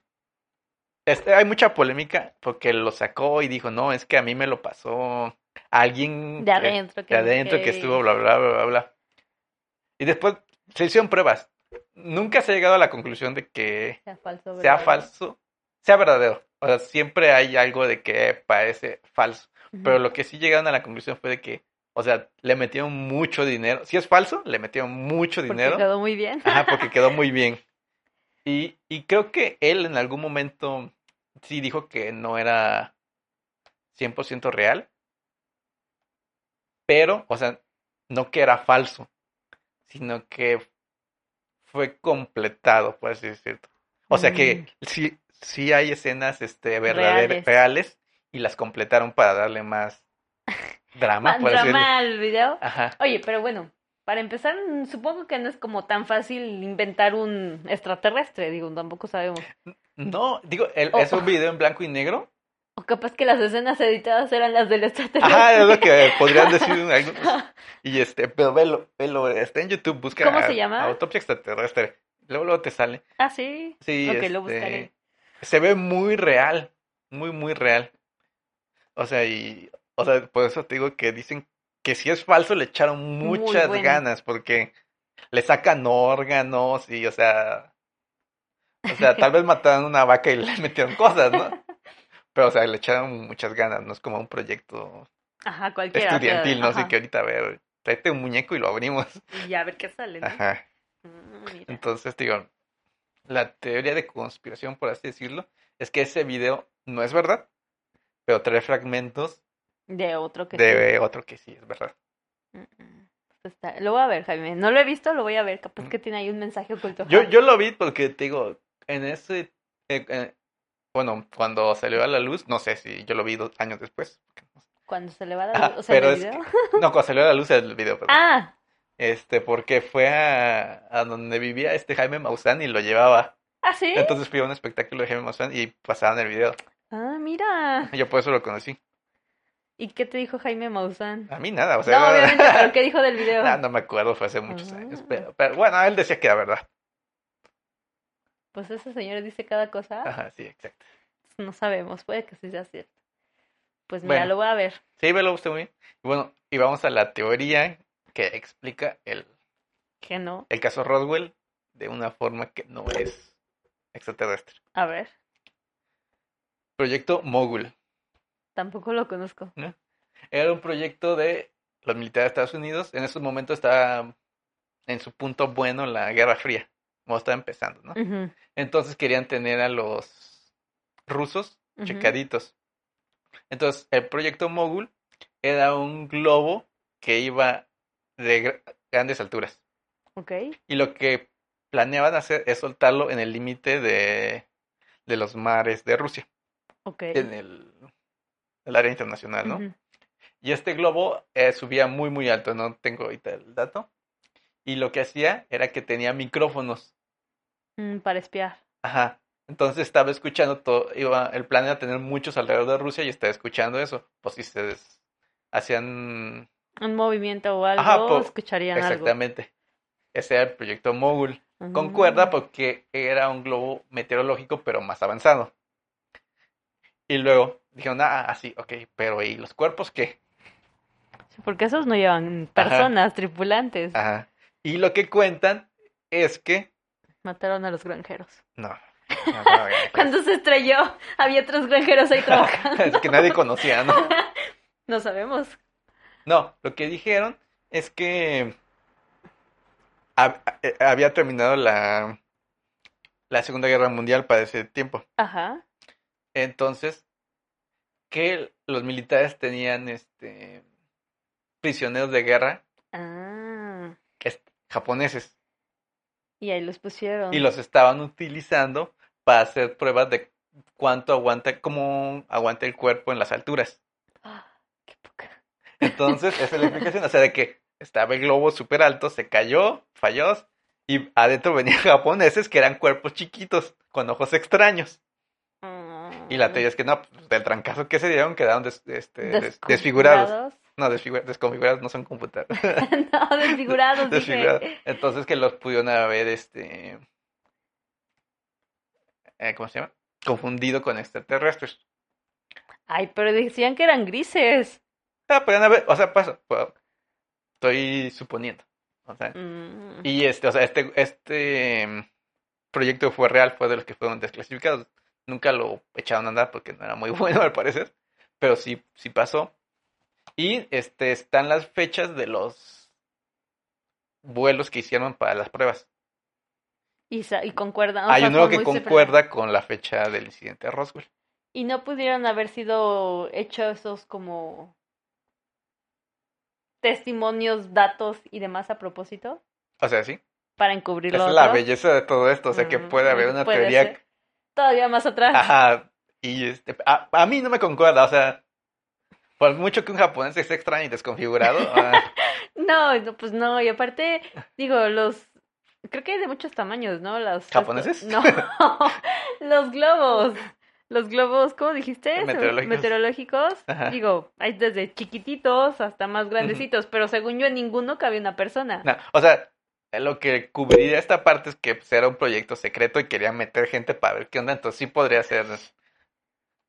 A: este, hay mucha polémica porque lo sacó y dijo, no, es que a mí me lo pasó alguien
B: De
A: que-
B: adentro.
A: Eh, de adentro que estuvo, bla, bla, bla, bla, bla. Y después se hicieron pruebas. Nunca se ha llegado a la conclusión de que
B: Sea falso.
A: sea
B: ¿verdad?
A: falso, sea verdadero. O sea, siempre hay algo de que parece falso.
B: Ujú.
A: Pero lo que sí llegaron a la conclusión fue de que, o sea, le metieron mucho dinero. Si es falso, le metieron mucho
B: Porque
A: dinero.
B: quedó muy bien.
A: Ajá, porque quedó muy bien. Y, y creo que él en algún momento sí dijo que no era 100% real, pero, o sea, no que era falso, sino que fue completado, por así decirlo. O sea que sí, sí hay escenas este, verdaderas,
B: Mm. Reales.
A: reales, y las completaron para darle más drama,
B: Más
A: por así decirlo.
B: drama al video.
A: Ajá,
B: Oye, pero bueno, para empezar, mm, supongo que no es como tan fácil inventar un extraterrestre, digo, tampoco sabemos.
A: no, digo, el-
B: Oh.
A: es un video en blanco y negro.
B: O capaz que las escenas editadas eran las del extraterrestre.
A: Ajá, es lo que podrían decir algunos. Y este, pero velo, velo, está en YouTube, busca
B: ¿Cómo se llama?
A: Autopsia extraterrestre. Luego, luego te sale.
B: Ah, sí.
A: Sí,
B: Ok,
A: este,
B: lo buscaré.
A: se ve muy real, muy, muy real. O sea, y, o sea, por eso te digo que dicen que si es falso le echaron
B: Muy
A: muchas
B: bueno.
A: ganas porque le sacan órganos y, o sea, o sea, tal vez mataron una vaca y le metieron cosas, ¿no? Pero, o sea, le echaron muchas ganas, no es como un proyecto
B: Ajá, cualquiera. o sea,
A: estudiantil, ¿no? Así
B: ajá.
A: que ahorita a ver, tráete un muñeco y lo abrimos.
B: Y a ver qué sale, ¿no?
A: Ajá.
B: Mm, mira.
A: Entonces, digo, la teoría de conspiración, por así decirlo, es que ese video no es verdad, pero trae fragmentos
B: De otro que
A: de otro que sí es verdad.
B: sí. Mm, mm. Pues está- Lo voy a ver, Jaime. No lo he visto, lo voy a ver. Capaz
A: Mm.
B: que tiene ahí un mensaje oculto.
A: Yo,
B: Jaime.
A: yo lo vi porque, te digo, en ese... eh, eh, bueno, cuando salió a la luz, no sé si yo lo vi dos años después.
B: Cuando se le va a dar...
A: Ah,
B: o sea, en
A: pero
B: el
A: es
B: video.
A: No, cuando salió a la luz el video, perdón.
B: Ah,
A: Este, porque fue a, a donde vivía este Jaime Maussan y lo llevaba.
B: ah, sí.
A: Entonces fui a un espectáculo de Jaime Maussan y pasaban el video.
B: Ah, mira.
A: Yo por eso lo conocí.
B: ¿Y qué te dijo Jaime Maussan?
A: A mí nada, o sea,
B: No, obviamente, pero ¿qué dijo del video?
A: pues, eh, Ah, no, no me acuerdo, fue hace muchos años.
B: Ah.
A: Pero, pero bueno, él decía que era verdad.
B: Pues ese señor dice cada cosa.
A: Ajá, sí, exacto.
B: No sabemos, puede que sí sea cierto. Pues mira,
A: Bueno.
B: lo voy a ver.
A: Sí, velo usted muy bien. Y bueno, y vamos a la teoría que explica el,
B: Que no.
A: el caso Roswell de una forma que no es extraterrestre.
B: A ver,
A: Proyecto Mogul.
B: tampoco lo conozco.
A: Era un proyecto de los militares de Estados Unidos. En esos momentos estaba en su punto bueno la Guerra Fría. Como estaba empezando, ¿no?
B: Ujú,
A: Entonces querían tener a los rusos
B: ujú.
A: checaditos. Entonces el proyecto Mogul era un globo que iba de gra- grandes alturas.
B: Ok.
A: Y lo que planeaban hacer es soltarlo en el límite de, de los mares de Rusia,
B: Ok.
A: en el, el área internacional, ¿no?
B: Ujú.
A: Y este globo eh, subía muy, muy alto, no tengo ahorita el dato. Y lo que hacía era que tenía micrófonos.
B: Mm, para espiar.
A: Ajá. Entonces estaba escuchando todo, iba, el plan era tener muchos alrededor de Rusia y estaba escuchando eso. Pues si se des- hacían
B: Un movimiento o algo,
A: Ajá, po-
B: escucharían algo.
A: exactamente. Ese era el proyecto Mogul.
B: Exactamente.
A: Con cuerda porque era un globo meteorológico pero más avanzado. Y luego dijeron, ah, así, ok, pero ¿y los cuerpos qué?
B: Porque esos no llevan
A: Ajá. Ah.
B: personas, tripulantes.
A: Ajá. Y lo que cuentan es que...
B: Mataron a los granjeros.
A: No. no, no,
B: Cuando se estrelló, había otros granjeros ahí trabajando.
A: es que nadie conocía, ¿no?
B: No sabemos.
A: No, lo que dijeron es que hab- eh, había terminado la, la Segunda Guerra Mundial para ese tiempo.
B: Ajá.
A: Entonces, que los militares tenían este prisioneros de guerra
B: Ah.
A: japoneses
B: Y ahí los pusieron.
A: y los estaban utilizando para hacer pruebas de cuánto aguanta, cómo aguanta el cuerpo en las alturas.
B: Ah, qué poca.
A: Entonces, esa es la explicación. O sea, de que estaba el globo súper alto, se cayó, falló, y adentro venían japoneses que eran cuerpos chiquitos, con ojos extraños. Y la
B: Ah.
A: teoría es que no, pues, del trancazo que se dieron quedaron des- este, des- desfigurados.
B: Mm, Desconfigurados.
A: No, desfigu- desconfigurados no son computadoras.
B: no, desfigurados,
A: Desfigurados.
B: dije.
A: Entonces, que los pudieron haber, este... eh, ¿Cómo se llama? Confundido con extraterrestres.
B: Ay, pero decían que eran grises.
A: Ah, pueden haber, o sea, pasa, pa- estoy suponiendo. O sea,
B: Mm,
A: y este, o sea, este, este mm, proyecto fue real, fue de los que fueron desclasificados. Nunca lo echaron a andar porque no era muy bueno al parecer, pero sí, sí pasó. Y este están las fechas de los vuelos que hicieron para las pruebas.
B: y, sa- y concuerdan. o
A: Hay
B: sea,
A: uno
B: son
A: que
B: muy separados.
A: concuerda con la fecha del incidente de Roswell.
B: Y no pudieron haber sido hechos esos como testimonios, datos y demás a propósito
A: O sea, sí.
B: para encubrir
A: Esa
B: lo
A: es la
B: otro?
A: belleza de todo esto. O sea, que
B: Mm,
A: puede haber una
B: puede
A: teoría
B: ser. Todavía más atrás.
A: Ajá, y este, a, a mí no me concuerda, o sea, por mucho que un japonés esté extraño y desconfigurado, ah,
B: No, no, pues no, y aparte, digo, los, creo que hay de muchos tamaños, ¿no? Los,
A: ¿Japoneses?
B: No, los globos, los globos, ¿cómo dijiste?
A: Meteorológicos.
B: Meteorológicos,
A: Ajá.
B: digo, hay desde chiquititos hasta más grandecitos, pero según yo en ninguno cabía una persona.
A: no, o sea, lo que cubriría esta parte es que pues, era un proyecto secreto y querían meter gente para ver qué onda, entonces sí podría ser,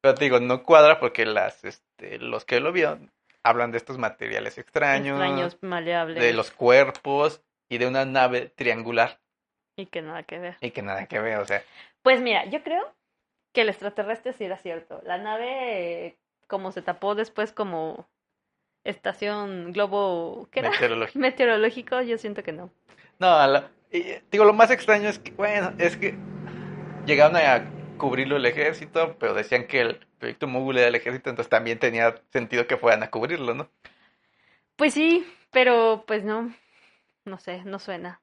A: pero te digo, no cuadra porque las, este, los que lo vieron hablan de estos materiales extraños,
B: Extraños, pues. maleables
A: de los cuerpos y de una nave triangular
B: y que nada que ver.
A: y que nada que ver, o sea,
B: Pues mira, yo creo que el extraterrestre sí era cierto. La nave, eh, como se tapó después como estación globo, ¿qué era?
A: meteorológico.
B: Meteorológico, yo siento que no.
A: No, la- y, digo, lo más extraño es que, bueno, es que llegaron a cubrirlo el ejército, pero decían que el proyecto Mogul era el ejército, entonces también tenía sentido que fueran a cubrirlo, ¿no?
B: Pues sí, pero pues no, no sé, no suena.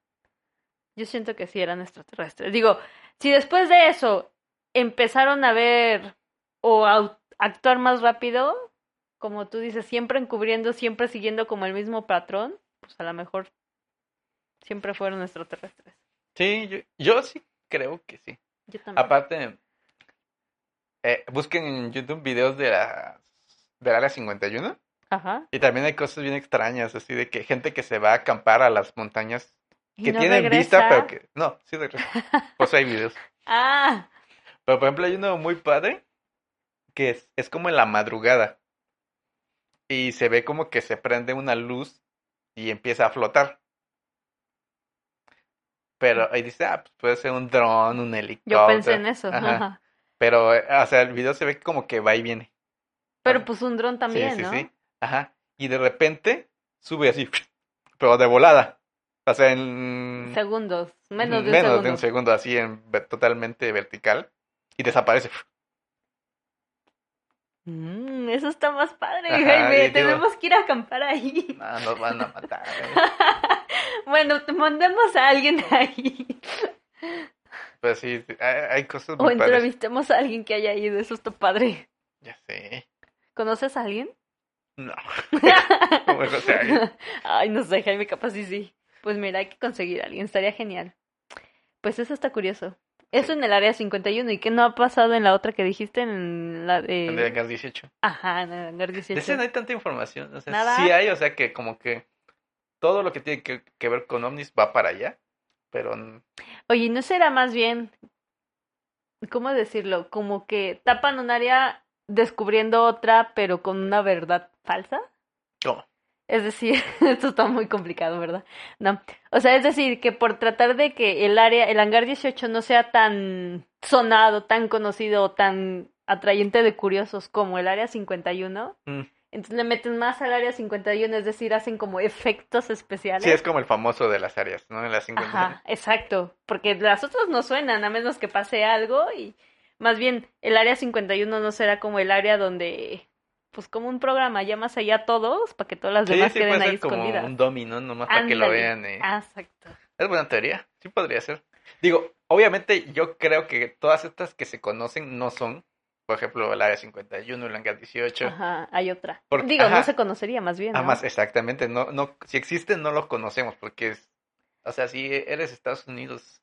B: Yo siento que sí eran extraterrestres. Digo, si después de eso empezaron a ver o a au- actuar más rápido, como tú dices, siempre encubriendo, siempre siguiendo como el mismo patrón, pues a lo mejor siempre fueron extraterrestres.
A: Sí, yo, yo sí creo que sí.
B: Yo también.
A: Aparte, eh, busquen en YouTube videos de la, del área 51
B: Ajá.
A: y también hay cosas bien extrañas, así de que gente que se va a acampar a las montañas
B: Y
A: que
B: no
A: tienen vista, pero
B: regresa.
A: que no, sí regresa. Pues hay videos.
B: Ah,
A: Pero por ejemplo hay uno muy padre que es, es como en la madrugada y se ve como que se prende una luz y empieza a flotar. Pero ahí dice, ah, pues puede ser un dron, un helicóptero.
B: yo pensé en e-, eso.
A: Ah, Ajá.
B: ajá.
A: Pero, eh, o sea, el video se ve como que va y viene.
B: Pero pues un dron también,
A: sí, sí,
B: ¿no?
A: sí. Ajá. Y de repente sube así, pero de volada. O sea, en
B: Segundos, menos de un
A: menos de
B: segundo.
A: un segundo, así en, ve- totalmente vertical y desaparece.
B: Mm, eso está más padre,
A: Ajá,
B: Jaime.
A: y digo-
B: Tenemos que ir a acampar ahí.
A: No, nos van a matar.
B: Bueno, te mandemos a alguien ahí.
A: Pues sí, sí, hay, hay cosas
B: O
A: muy padres.
B: entrevistemos a alguien que haya ido. Eso está padre.
A: Ya sé.
B: ¿Conoces a alguien?
A: No. Como eso se haga.
B: Ay, no sé, Jaime, capaz sí, sí. Pues mira, hay que conseguir a alguien. Estaría genial. Pues eso está curioso. Eso en el área 51. ¿Y qué no ha pasado en la otra que dijiste? En la de.
A: Tendría que hacer 18.
B: Ajá, en el hangar
A: De
B: 18.
A: ese no hay tanta información. O sea,
B: Nada.
A: sí hay, o sea, que como que todo lo que tiene que, que ver con ovnis va para allá. Pero n-
B: Oye, ¿no será más bien, cómo decirlo, como que tapan un área descubriendo otra, pero con una verdad falsa?
A: ¿cómo?
B: Es decir, esto está muy complicado, ¿verdad? No. O sea, es decir, que por tratar de que el área, el hangar 18 no sea tan sonado, tan conocido, tan atrayente de curiosos como el área 51,
A: Mm.
B: entonces le meten más al área 51, es decir, hacen como efectos especiales.
A: Sí, es como el famoso de las áreas, ¿no? En las 50.
B: Ajá, exacto, porque las otras no suenan a menos que pase algo y más bien el área 51 no será como el área donde pues como un programa llamas allá a todos para que todas las
A: Sí,
B: demás
A: sí,
B: queden
A: puede
B: ahí
A: ser como
B: escondidas.
A: un dominó, nomás para que lo
B: Ándale.
A: vean. eh.
B: Ah, exacto.
A: Es buena teoría, sí podría ser. Digo, obviamente yo creo que todas estas que se conocen no son, por ejemplo, el área 51, el hangar 18.
B: Ajá, hay otra.
A: Porque-
B: Digo,
A: ajá.
B: no se conocería más bien, ¿no?
A: Ah, más exactamente, no, no, si existen no los conocemos porque es, o sea, si eres Estados Unidos,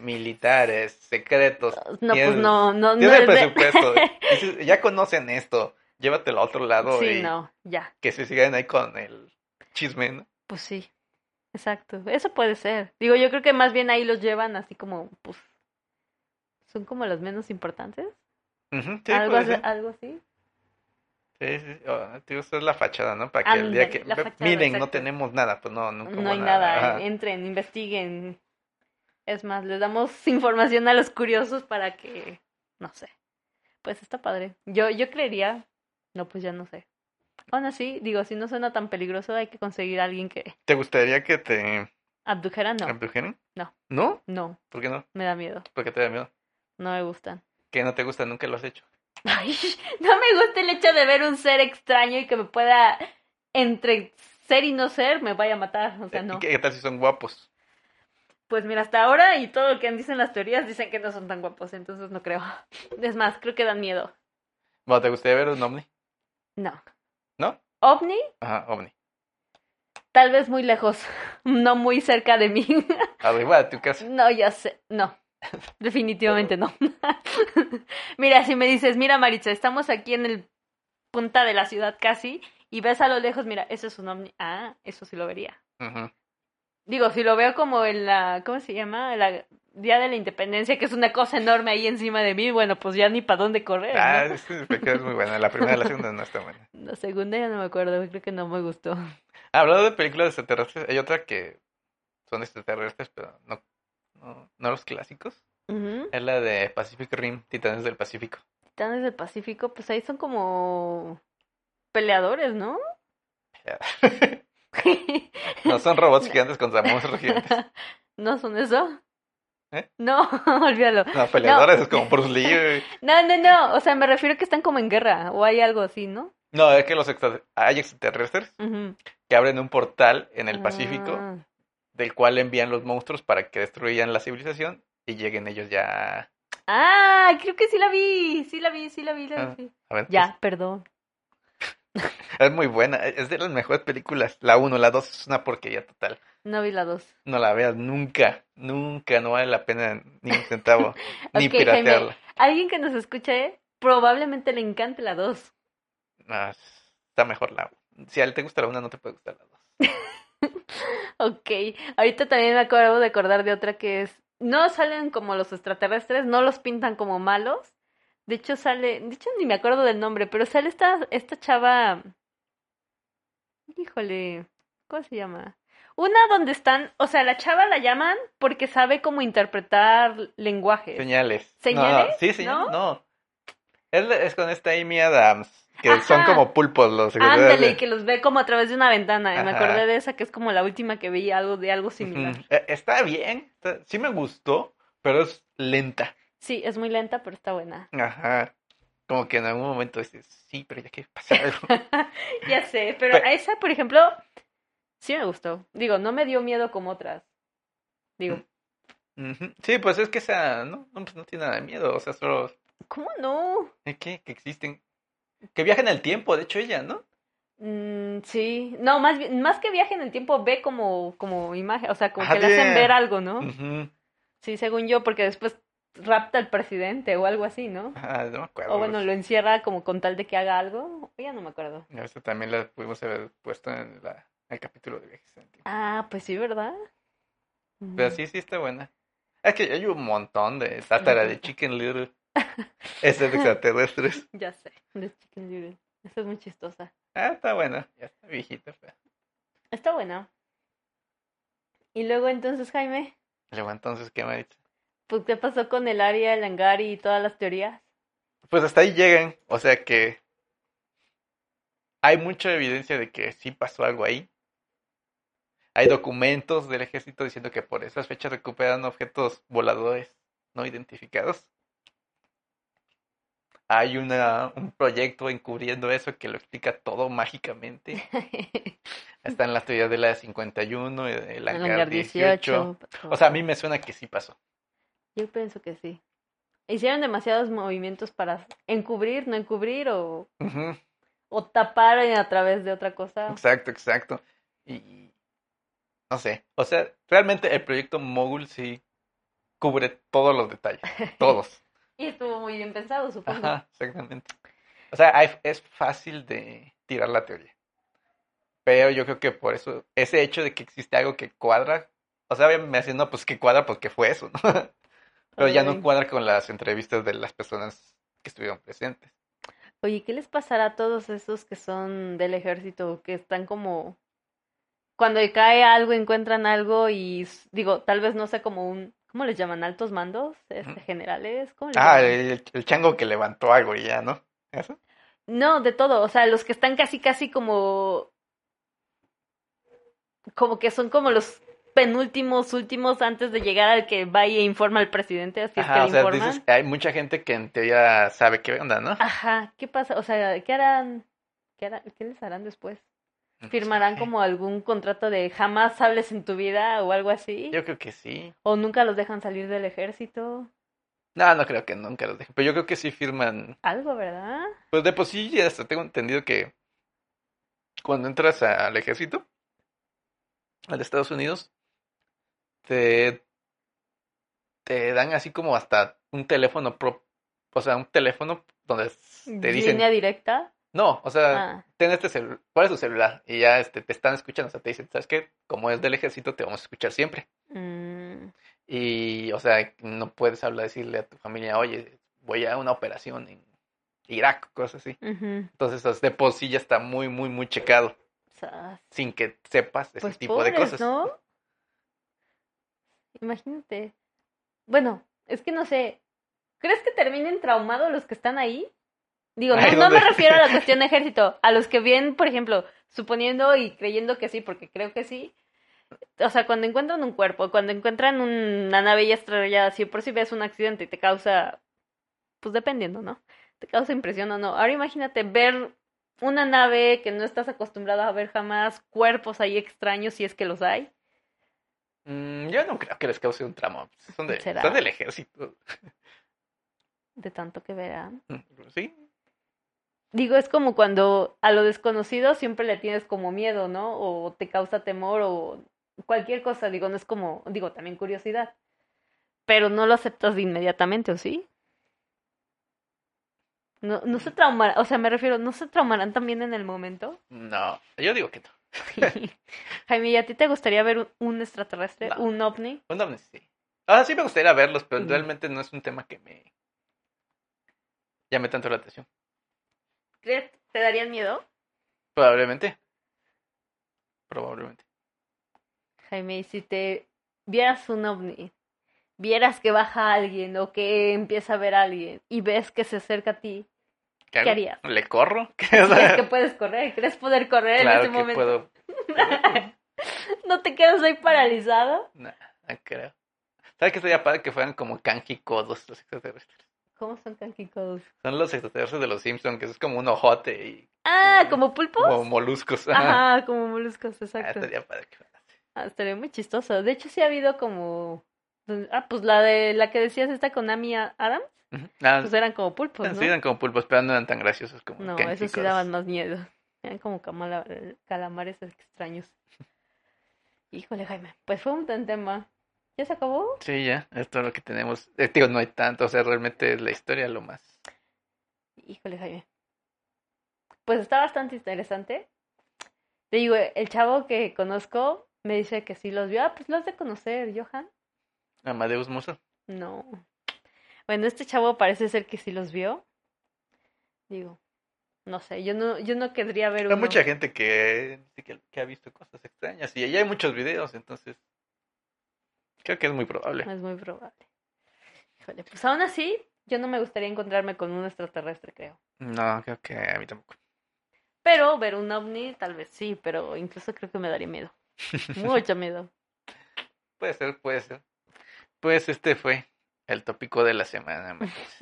A: militares, secretos,
B: No, pues
A: tienes-
B: no, no, no
A: tienes el
B: es de-
A: presupuesto, dices, ya conocen esto, llévatelo a otro lado
B: Sí,
A: y
B: no, ya.
A: que se sigan ahí con el chisme, ¿no?
B: Pues sí, exacto. Eso puede ser. Digo, yo creo que más bien ahí los llevan así como, pues, son como los menos importantes.
A: Ujú, sí,
B: algo,
A: puede
B: así,
A: ser.
B: algo así.
A: Sí, sí, sí. Oh, te gusta la fachada, ¿no? Para
B: Ah,
A: que el día
B: ándale,
A: que
B: la
A: ve-
B: fachada,
A: miren, no
B: exacto.
A: tenemos nada, pues no, nunca
B: No
A: hubo
B: hay nada,
A: Ajá.
B: eh, entren, investiguen. Es más, les damos información a los curiosos para que, no sé, pues está padre. Yo, yo creería, no, pues ya no sé. Aún así, digo, si no suena tan peligroso, hay que conseguir a alguien que
A: ¿Te gustaría que te
B: abdujera, no,
A: abdujeran?
B: No.
A: ¿No?
B: no,
A: ¿Por qué no?
B: me da miedo,
A: ¿Por qué te da miedo?
B: no me gustan.
A: ¿Qué no te gusta? Nunca lo has hecho.
B: Ay, no me gusta el hecho de ver un ser extraño y que me pueda, entre ser y no ser, me vaya a matar, o sea,
A: Eh,
B: no.
A: ¿Qué, qué tal si son guapos?
B: Pues mira, hasta ahora y todo lo que dicen las teorías dicen que no son tan guapos, entonces no creo. Es más, creo que dan miedo.
A: Bueno, ¿te gustaría ver un ovni?
B: No.
A: ¿No?
B: OVNI,
A: Ajá, ovni.
B: tal vez muy lejos, no muy cerca de mí.
A: Arriba de Ah, tu casa.
B: No, ya sé, no. Definitivamente no. mira, si me dices, mira Maritza, estamos aquí en el punta de la ciudad casi y ves a lo lejos, mira, eso es un ovni. Ah, eso sí lo vería.
A: Ujú.
B: Digo, si lo veo como en la, ¿cómo se llama? La Día de la Independencia, que es una cosa enorme ahí encima de mí, bueno, pues ya ni para dónde correr.
A: Ah,
B: ¿no?
A: es, es- es muy buena. La primera y la segunda no está buena. Ah,
B: La segunda ya no me acuerdo, creo que no me gustó.
A: Hablando de películas extraterrestres, hay otra que son extraterrestres, pero no, no, no los clásicos.
B: Ujú.
A: Es la de Pacific Rim, Titanes del Pacífico.
B: Titanes del Pacífico, pues ahí son como peleadores, ¿no?
A: No son robots gigantes contra monstruos gigantes.
B: ¿No son eso?
A: ¿Eh?
B: No, olvídalo.
A: No, peleadores es como Bruce Lee. güey.
B: No, no, no, o sea, me refiero a que están como en guerra o hay algo así, ¿no?
A: No, es que los extra- hay extraterrestres
B: Ujú.
A: que abren un portal en el Pacífico
B: Ah.
A: del cual envían los monstruos para que destruyan la civilización y lleguen ellos ya.
B: Ah, creo que sí la vi, sí la vi, sí la vi, la
A: Ah.
B: vi.
A: A ver,
B: Ya, perdón.
A: pues, es muy buena, es de las mejores películas. La 1, la 2 es una porquería total.
B: No vi la dos.
A: No la veas nunca, nunca, no vale la pena ni un centavo, ni
B: Ok, Jaime.
A: piratearla.
B: Alguien que nos escuche probablemente le encante la dos.
A: No, es- está mejor la Si a él te gusta la 1, no te puede gustar la 2.
B: Ok, ahorita también me acabo de acordar de otra que es, no salen como los extraterrestres, no los pintan como malos. De hecho sale, de hecho ni me acuerdo del nombre, pero sale esta, esta chava, híjole, ¿cómo se llama? Una donde están, o sea, la chava la llaman porque sabe cómo interpretar lenguajes.
A: Señales. No,
B: ¿Señales?
A: no, sí, señales,
B: ¿No?
A: no. Es, la- es con esta Amy Adams, que son
B: Ajá.
A: como pulpos los
B: Ándale, y
A: secretarios de-
B: que los ve como a través de una ventana. y Me
A: Ajá.
B: acordé de esa que es como la última que veía algo de algo similar.
A: Ujú. Eh, Está bien, está- sí me gustó, pero es lenta.
B: Sí, es muy lenta, pero está buena.
A: Ajá. Como que en algún momento dices, sí, pero ya que pasa algo.
B: ya sé, pero
A: Pe-
B: a esa, por ejemplo, sí me gustó. Digo, no me dio miedo como otras. Digo,
A: Ujú. Sí, pues es que esa, no, no, pues no tiene nada de miedo, o sea, solo,
B: ¿cómo no?
A: ¿eh, ¿qué? Que existen. Que viajan el tiempo, de hecho ella, ¿no?
B: Mm, sí, no, más, bien- más que viaje en el tiempo, ve como, como imagen, o sea, como
A: Ah,
B: que le hacen
A: bien.
B: ver algo, ¿no?
A: Ujú.
B: Sí, según yo, porque después rapta al presidente o algo así, ¿no?
A: Ah, no me acuerdo.
B: O bueno, lo encierra como con tal de que haga algo. Ya no me acuerdo.
A: Esta también la pudimos haber puesto en la- el capítulo de viajes en el tiempo.
B: Ah, pues sí, ¿verdad?
A: Pero
B: Mm.
A: sí, sí está buena. Es que hay un montón de tátara de Chicken Little. Es de extraterrestres.
B: Ya sé, de Chicken Little. Esta es muy chistosa.
A: Ah, está buena. Ya está viejita. pero-
B: Está buena. Y luego entonces, Jaime,
A: Luego entonces, ¿qué me dice?
B: pues qué pasó con el área, el hangar y todas las teorías.
A: Pues hasta ahí llegan. O sea que hay mucha evidencia de que sí pasó algo ahí. Hay documentos del ejército diciendo que por esas fechas recuperan objetos voladores no identificados. Hay una, un proyecto encubriendo eso que lo explica todo mágicamente. Están las teorías de la 51 y del
B: El
A: hangar 18.
B: pasó.
A: O sea, a mí me suena que sí pasó.
B: Yo pienso que sí. Hicieron demasiados movimientos para encubrir, no encubrir o,
A: Ujú,
B: o tapar a través de otra cosa.
A: Exacto, exacto. Y- Y no sé. O sea, realmente el proyecto Mogul sí cubre todos los detalles. Todos.
B: Y estuvo muy bien pensado, supongo.
A: Ajá, exactamente. O sea, hay- es fácil de tirar la teoría. Pero yo creo que por eso, ese hecho de que existe algo que cuadra, o sea, me hacen, no, pues que cuadra porque fue eso, ¿no? Pero ya no
B: Ay.
A: cuadra con las entrevistas de las personas que estuvieron presentes.
B: Oye, ¿qué les pasará a todos esos que son del ejército, que están como... Cuando cae algo, encuentran algo y s- digo, tal vez no sea como un... ¿Cómo les llaman? ¿Altos mandos? Este,
A: Ujú.
B: ¿Generales? ¿Cómo les
A: Ah,
B: llaman?
A: el, el chango que levantó algo y ya, ¿no? ¿Eso?
B: No, de todo. O sea, los que están casi, casi como... Como que son como los penúltimos, últimos antes de llegar al que va y informa al presidente, así es que
A: Ajá,
B: le
A: o sea,
B: informan. Ah,
A: dices, hay mucha gente que en teoría sabe qué onda, ¿no?
B: Ajá, ¿qué pasa? O sea, ¿qué harán? ¿Qué harán? ¿Qué les harán después?
A: No
B: ¿Firmarán
A: sé.
B: como algún contrato de jamás hables en tu vida o algo así?
A: Yo creo que sí.
B: ¿O nunca los dejan salir del ejército?
A: No, no creo que nunca los deje. Pero yo creo que sí firman.
B: Algo, ¿verdad?
A: Pues de por sí, ya hasta tengo entendido que cuando entras a- al ejército, al Estados Unidos, te, te dan así como hasta un teléfono pro, o sea, un teléfono donde s- te dicen,
B: ¿Línea directa?
A: no, o sea,
B: Ah,
A: ten este celular, ¿cuál es tu celular? Y ya este, te están escuchando, o sea, te dicen, ¿sabes qué? Como es del ejército, te vamos a escuchar siempre.
B: mm,
A: Y, o sea, no puedes hablar, decirle a tu familia, oye, voy a una operación en Irak, cosas así.
B: ujú,
A: Entonces, o sea, de por sí ya está muy, muy, muy checado,
B: sas.
A: sin que sepas ese
B: Pues
A: tipo de
B: pobres,
A: cosas.
B: ¿no? Imagínate. Bueno, es que no sé. ¿Crees que terminen traumados los que están ahí? Digo, no,
A: Ay,
B: no me
A: ¿dónde?
B: refiero a la cuestión de ejército, a los que vienen, por ejemplo, suponiendo y creyendo que sí, porque creo que sí. O sea, cuando encuentran un cuerpo, cuando encuentran una nave ya estrellada, si por si ves un accidente y te causa, pues dependiendo, ¿no? Te causa impresión o no. Ahora imagínate ver una nave que no estás acostumbrado a ver jamás, cuerpos ahí extraños si es que los hay.
A: Mm, yo no creo que les cause un tramo. Son, de,
B: ¿Será?
A: son del ejército.
B: De tanto que verán.
A: Mm, Sí.
B: Digo, es como cuando a lo desconocido siempre le tienes como miedo, ¿no? O te causa temor o cualquier cosa. Digo, no es como, digo, también curiosidad. Pero no lo aceptas de inmediatamente, ¿o sí? No, no se traumarán, o sea, me refiero, ¿no se traumarán también en el momento?
A: No, yo digo que no.
B: Jaime, ¿y a ti te gustaría ver un, un extraterrestre,
A: No.
B: un ovni?
A: Un ovni sí. Ahora sí me gustaría verlos, pero
B: Mm.
A: realmente no es un tema que me llame tanto la atención.
B: ¿Crees que te darían miedo?
A: Probablemente. Probablemente.
B: Jaime, ¿y si te vieras un ovni, vieras que baja alguien o que empieza a ver a alguien y ves que se acerca a ti,
A: ¿Qué, hago?
B: harías?
A: ¿Le corro? ¿Qué
B: ¿Crees que puedes correr? ¿Crees poder correr en
A: claro
B: ese
A: que
B: momento?
A: puedo.
B: ¿No te quedas ahí paralizado?
A: No, no Ah, creo. ¿Sabes qué sería padre que fueran como Kanji Kodos los extraterrestres?
B: ¿Cómo son canquicodos?
A: Son los extraterrestres de los Simpsons, que es como un ojote y
B: Ah,
A: Mm.
B: ¿como pulpos?
A: como moluscos. Ajá.
B: Ajá, como moluscos,
A: Ah,
B: exacto.
A: estaría padre que fueran así.
B: Ah, estaría muy chistoso. De hecho, sí ha habido como... Ah, pues la de la que decías esta con Amy A- Adams,
A: Ujú. Ah,
B: pues eran como pulpos,
A: Sí,
B: ¿no?
A: eran como pulpos, pero no eran tan graciosos como
B: No,
A: Kanji
B: esos sí
A: Kodos.
B: daban más miedo. Eran como camala- calamares extraños. Híjole, Jaime, pues fue un buen tema. ¿Ya se acabó?
A: Sí, ya, es todo lo que tenemos. Eh, digo, no hay tanto, o sea, realmente es la historia lo más.
B: Híjole, Jaime. Pues está bastante interesante. Te digo, el chavo que conozco me dice que sí los vio. Ah, pues los de conocer, Johan.
A: Amadeus Musa.
B: No. Bueno, este chavo parece ser que sí los vio. Digo, no sé, yo no, yo no querría ver
A: Hay
B: uno.
A: mucha gente que, que, que ha visto cosas extrañas y allá hay muchos videos, entonces creo que es muy probable.
B: Es muy probable. Híjole, pues aún así, yo no me gustaría encontrarme con un extraterrestre, creo.
A: No, creo que a mí tampoco.
B: Pero ver un ovni, tal vez sí, pero incluso creo que me daría miedo. Mucho miedo.
A: Puede ser, puede ser. Pues este fue el tópico de la semana. Marcos.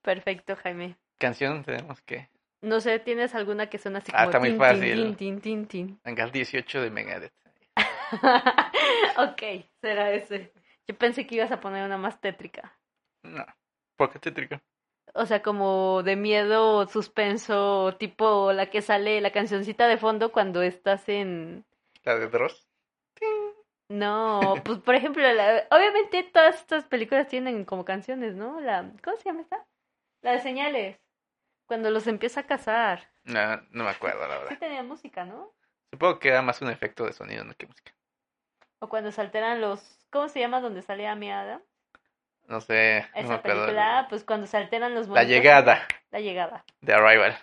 B: Perfecto, Jaime.
A: Canción tenemos que.
B: No sé, ¿tienes alguna que suena así
A: Ah,
B: como
A: está muy
B: tin, tin,
A: fácil.
B: tin, tin, tin, tin?
A: Angas 18 de Megadeth.
B: ok, será ese. Yo pensé que ibas a poner una más tétrica.
A: No. ¿Por qué tétrico?
B: O sea, como de miedo, suspenso, tipo la que sale, la cancioncita de fondo cuando estás en...
A: ¿La de Dross?
B: No, pues por ejemplo, la- obviamente todas estas películas tienen como canciones, ¿no? La... ¿Cómo se llama esta? La de señales. Cuando los empieza a cazar.
A: No, no me acuerdo, la
B: Sí
A: verdad.
B: tenía música, ¿no?
A: Supongo que era más un efecto de sonido, no que música.
B: O cuando se alteran los... ¿Cómo se llama donde sale Amy Adam?
A: no sé, no me
B: Esa
A: acuerdo.
B: película, pues cuando se alteran los
A: La
B: monitos.
A: llegada
B: La llegada.
A: de Arrival.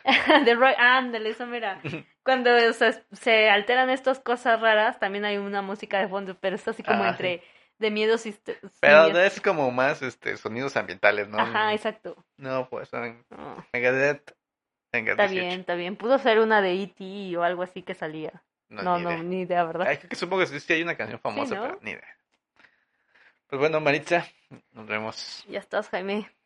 B: De Roy, ándale, eso mira. Cuando se, se alteran estas cosas raras, también hay una música de fondo, pero es así como
A: Ah,
B: entre de miedos y...
A: Pero
B: siniestro.
A: es como más este sonidos ambientales, ¿no?
B: Ajá, exacto.
A: No, pues son
B: Ah,
A: Megadeth. Tenga
B: está
A: 18.
B: bien, está bien. Pudo ser una de E.T. o algo así que salía.
A: No,
B: No,
A: ni
B: no,
A: idea.
B: ni idea, ¿verdad?
A: Ay, creo que supongo que sí, sí hay una canción famosa,
B: ¿no?
A: pero ni idea. Pues bueno, Maritza, nos vemos.
B: Ya estás, Jaime.